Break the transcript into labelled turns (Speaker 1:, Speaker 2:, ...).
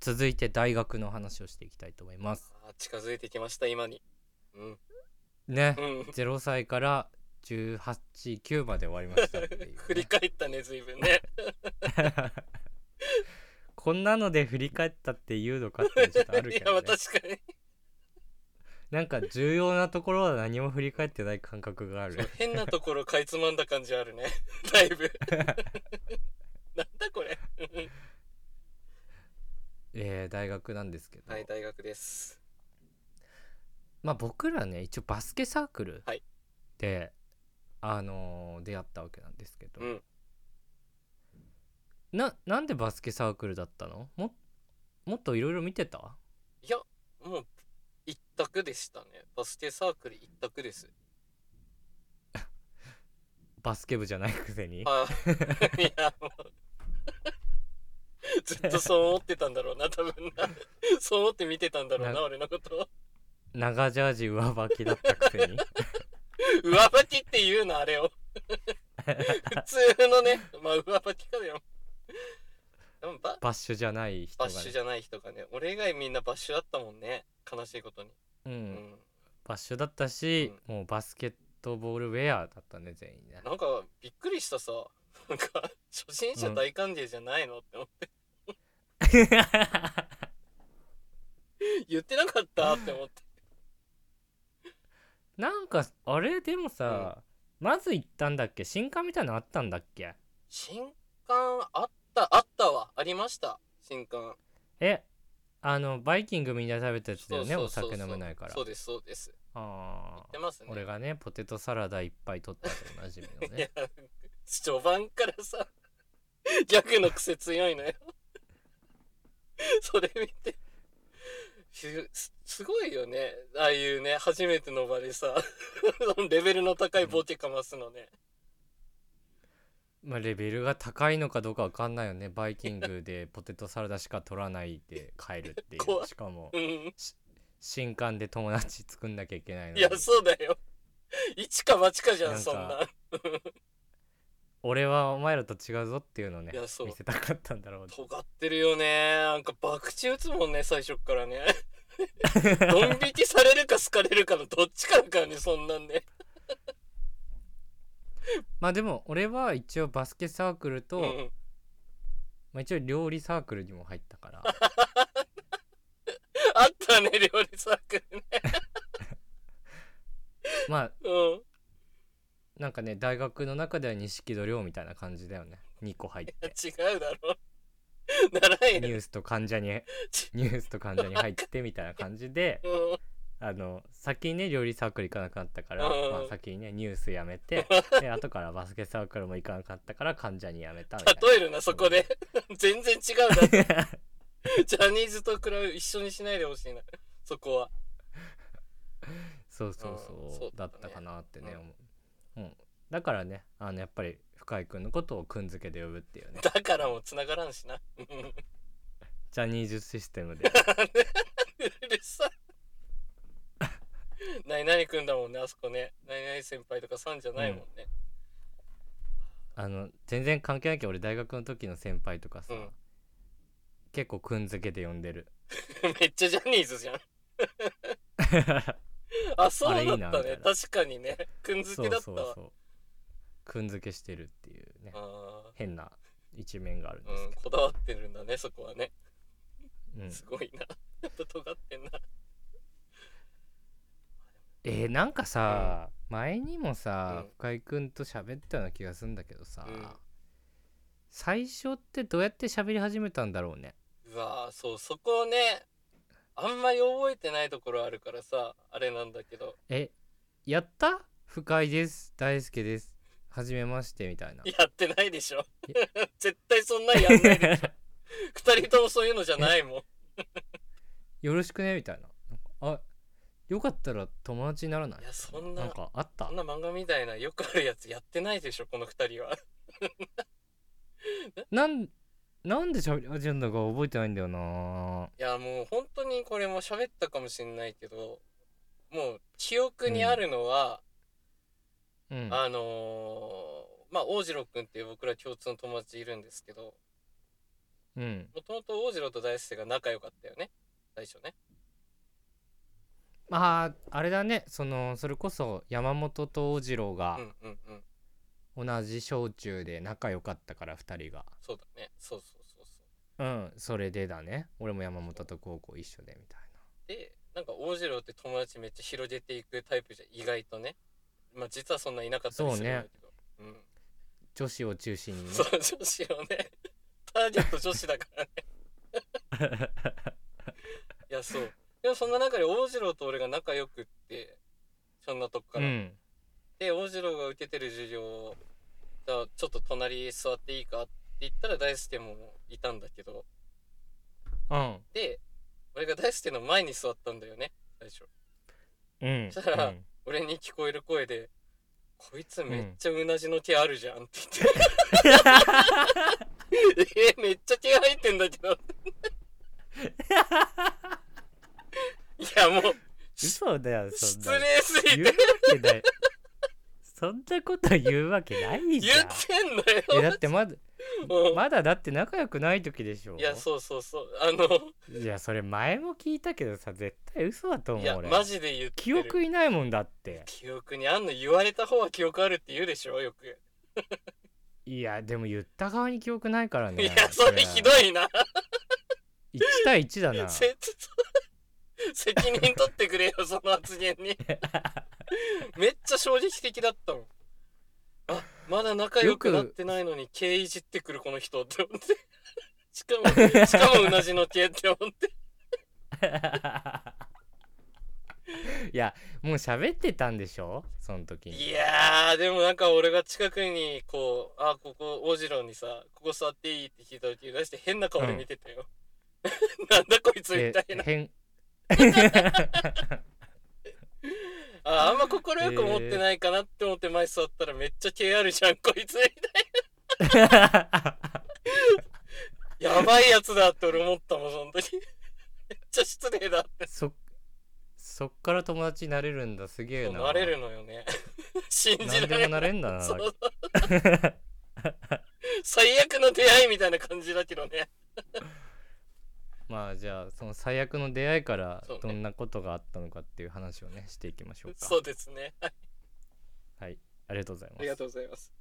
Speaker 1: 続いて大学の話をしていきたいと思います
Speaker 2: あー近づいてきました今にうん
Speaker 1: ね
Speaker 2: うん
Speaker 1: 0歳から189まで終わりましたっていうね、
Speaker 2: 振り返ったね随分ね
Speaker 1: こんなので振り返ったっていうのかってちょっとあるけ
Speaker 2: いやま
Speaker 1: ど、
Speaker 2: あ
Speaker 1: ね、
Speaker 2: 確かに
Speaker 1: なんか重要なところは何も振り返ってない感覚がある
Speaker 2: 変なところかいつまんだ感じあるね だいぶなんだこれ
Speaker 1: えー大学なんですけど、
Speaker 2: はい大学です
Speaker 1: まあ僕らね一応バスケサークル
Speaker 2: はい
Speaker 1: で、あのー出会ったわけなんですけど、
Speaker 2: うん
Speaker 1: ななんでバスケサークルだったのももっといろいろ見てた
Speaker 2: いやもう一択でしたねバスケサークル一択です
Speaker 1: バスケ部じゃないくせに
Speaker 2: あー いやもうずっとそう思ってたんだろうな多分なそう思って見てたんだろうな
Speaker 1: な
Speaker 2: 俺のことを
Speaker 1: 長ジャージ上履きだったくせに
Speaker 2: 上履きって言うなあれを普通のねまあ上履きかだよでもバ
Speaker 1: バッシュじゃない人
Speaker 2: バッ
Speaker 1: が、ね
Speaker 2: シュじゃない人がね俺以外みんなバッシュだったもんね悲しいことに、
Speaker 1: う
Speaker 2: うん
Speaker 1: ん、バッシュだったし、もうバスケットボールウェアだったね全員ね
Speaker 2: なんかびっくりしたさなんか初心者大歓迎じゃないのって思って言ってなかったって思って
Speaker 1: なんかあれでもさ、まず行ったんだっけ新刊みたいなのあったんだっけ
Speaker 2: 新刊あったあったわありました新刊
Speaker 1: えあのバイキングみんな食べたやつだよね
Speaker 2: そう
Speaker 1: お
Speaker 2: そうそう
Speaker 1: 酒飲めないから
Speaker 2: そうですそうです言
Speaker 1: あ
Speaker 2: って
Speaker 1: あ
Speaker 2: ますね
Speaker 1: 俺がねポテトサラダいっぱい取ったとおなじみの
Speaker 2: い や
Speaker 1: ね
Speaker 2: 序盤からさ逆の癖強いのよそれ見てすすごいよねああいうね初めての場でさレベルの高いボケかますのね、
Speaker 1: まあレベルが高いのかどうかわかんないよねバイキングでポテトサラダしか取らないで帰るってい
Speaker 2: 怖
Speaker 1: う
Speaker 2: い
Speaker 1: しかも
Speaker 2: うん
Speaker 1: 新刊で友達作んなきゃいけないの
Speaker 2: い
Speaker 1: に
Speaker 2: やそうだよ一か八かじゃん
Speaker 1: なんか
Speaker 2: そんな
Speaker 1: 俺はお前らと違うぞっていうのをね
Speaker 2: いやそう
Speaker 1: 見せたかったんだろうね
Speaker 2: 尖ってるよねなんか博打打つもんね最初っから ねドン引きされるか好かれるかのどっちかだからねそんなんね
Speaker 1: まあでも俺は一応バスケサークルと、
Speaker 2: うんうん
Speaker 1: まあ、一応料理サークルにも入ったから
Speaker 2: あったね料理サークルね
Speaker 1: まあ
Speaker 2: うん
Speaker 1: なんかね大学の中では錦戸亮みたいな感じだよね2個入っ
Speaker 2: い
Speaker 1: て
Speaker 2: や違うだろならん
Speaker 1: ニ
Speaker 2: よ
Speaker 1: ュースと患者にニュースと患者に入ってみたいな感じで
Speaker 2: うん
Speaker 1: あの先にね料理サークル行かなかったから、
Speaker 2: うん
Speaker 1: まあ、先にねニュースやめてで後からバスケサークルも行かなかったから患者にやめたみたい
Speaker 2: 例えるなそこで 全然違うだろジャニーズと比べ一緒にしないでほしいなそこは
Speaker 1: なそうそう
Speaker 2: うん
Speaker 1: そ
Speaker 2: そう
Speaker 1: うだっ
Speaker 2: だね
Speaker 1: たかなってね
Speaker 2: うん
Speaker 1: 思う、うん、だからねあのやっぱり深井君のことをくんづけで呼ぶっていうね
Speaker 2: だからもう繋がらんしなうんう
Speaker 1: ジャニーズシステム で
Speaker 2: るさい何々くんだもんねあそこね何々先輩とかさんじゃないもんね、
Speaker 1: あの全然関係ないけど俺大学の時の先輩とかさ、
Speaker 2: うん
Speaker 1: 結構くんづけで呼んでる
Speaker 2: めっちゃジャニーズ じゃんあそうだ
Speaker 1: あれ
Speaker 2: った
Speaker 1: いいなみた
Speaker 2: ね
Speaker 1: いな
Speaker 2: 確かにねくんづ
Speaker 1: そ
Speaker 2: け
Speaker 1: う
Speaker 2: だった
Speaker 1: そ
Speaker 2: わ
Speaker 1: うそうくんづけしてるっていうね
Speaker 2: あ
Speaker 1: 変な一面があるん
Speaker 2: ー
Speaker 1: です
Speaker 2: うん
Speaker 1: け
Speaker 2: こだわってるんだねそこはね
Speaker 1: ど、うん
Speaker 2: すごいな。 やっぱ尖ってんな。
Speaker 1: えーなんかさ、前にもさ、
Speaker 2: うん
Speaker 1: 深井君と喋ったような気がするんだけどさ、
Speaker 2: うん
Speaker 1: 最初ってどうやって喋り始めたんだろうね
Speaker 2: うわーそう、そこをね、あんまり覚えてないところあるからさ、あれなんだけど。
Speaker 1: えやった深井です大輔ですはじめましてみた いな
Speaker 2: やってないでしょ。 絶対そんなんやんないでしょ。 二人ともそういうのじゃないもん。
Speaker 1: よろしくねみたいななんかあよかったら友達にならない
Speaker 2: いやそんな
Speaker 1: なんかあった
Speaker 2: そんな漫画みたいなよくあるやつやってないでしょ、この二人は。
Speaker 1: なんなんで喋り始めたのか覚えてないんだよない
Speaker 2: や、もう本当にこれも喋ったかもしんないけど、もう記憶にあるのは、
Speaker 1: うん
Speaker 2: あのーまあ、大次郎くんっていう僕ら共通の友達いるんですけど、
Speaker 1: うん
Speaker 2: もともと大次郎と大輔が仲良かったよね最初ね
Speaker 1: まああれだねそのそれこそ山本と大次郎
Speaker 2: う
Speaker 1: が
Speaker 2: んうんうん
Speaker 1: 同じ小中で仲良かったから2人が
Speaker 2: そうだねそうそうそうそう
Speaker 1: うんそれでだね俺も山本と高校一緒でみたい
Speaker 2: でなんか大次郎って友達めっちゃ広げていくタイプじゃ意外とねまあ実はそんないなかったりするんだけどう,、
Speaker 1: な女子を中心に
Speaker 2: ん
Speaker 1: ね
Speaker 2: そう女子をねターゲット女子だ からねいやそうでもそんな中で大次郎と俺が仲良くってそんなとこか
Speaker 1: う
Speaker 2: ら、
Speaker 1: ん
Speaker 2: で大次郎が受けてる授業をじゃあちょっと隣座っていいかって言ったら大輔もいたんだけど
Speaker 1: うん
Speaker 2: で俺が大輔の前に座ったんだよね最初
Speaker 1: うん
Speaker 2: そしたら
Speaker 1: うん
Speaker 2: 俺に聞こえる声で「こいつめっちゃうなじの毛あるじゃん」って言 って「えー、めっちゃ毛生えてんだけど」いやもう
Speaker 1: 嘘だよそん
Speaker 2: 失
Speaker 1: な
Speaker 2: 礼すぎ
Speaker 1: 言うわ
Speaker 2: て
Speaker 1: けないそんなこと言うわけないじ
Speaker 2: 言
Speaker 1: ゃ
Speaker 2: っ
Speaker 1: ん
Speaker 2: てんだよ
Speaker 1: えだってまだ
Speaker 2: うん
Speaker 1: まだだって仲良くない時でしょ
Speaker 2: いやそうそうそうあの
Speaker 1: いやそれ前も聞いたけどさ絶対嘘だと思
Speaker 2: いうや
Speaker 1: 俺
Speaker 2: マジで言って
Speaker 1: 記
Speaker 2: る
Speaker 1: 憶いないもんだって
Speaker 2: 記憶にあんの言われた方は記憶あるって言うでしょよく、
Speaker 1: いやでも言った側に記憶ないからね
Speaker 2: いやそれひど
Speaker 1: い
Speaker 2: いな
Speaker 1: 1対1だな
Speaker 2: せ責任取ってくれよ その発言 にめっちゃ正直的だったもんあまだ仲良くなってないのに毛いじってくるこの人って思って しかもしかもうなじの毛って思 って
Speaker 1: いやもう喋ってたんでしょその時に
Speaker 2: いやーでもなんか俺が近くにこうあここ大次郎にさここ座っていいって聞いた時出して変な顔で見てたよ、 なんだこいつみ
Speaker 1: で
Speaker 2: たいな
Speaker 1: 変
Speaker 2: ああんま心よく思ってないかなって思って前座ったらめっちゃ毛あるじゃんこいつみたいなやばいやつだって俺思ったもんその時めっちゃ失礼だって
Speaker 1: そそっから友達になれるんだすげえな
Speaker 2: なれるのよ ね信じ
Speaker 1: 何
Speaker 2: ら
Speaker 1: でも
Speaker 2: れ
Speaker 1: な
Speaker 2: ない
Speaker 1: れんだな
Speaker 2: そう 最悪の出会いみたいな感じだけどね
Speaker 1: まあじゃあその最悪の出会いから
Speaker 2: そうね
Speaker 1: どんなことがあったのかっていう話をねしていきましょうか
Speaker 2: そうですねはい
Speaker 1: はいありがとうございま
Speaker 2: あり
Speaker 1: す
Speaker 2: がとうございます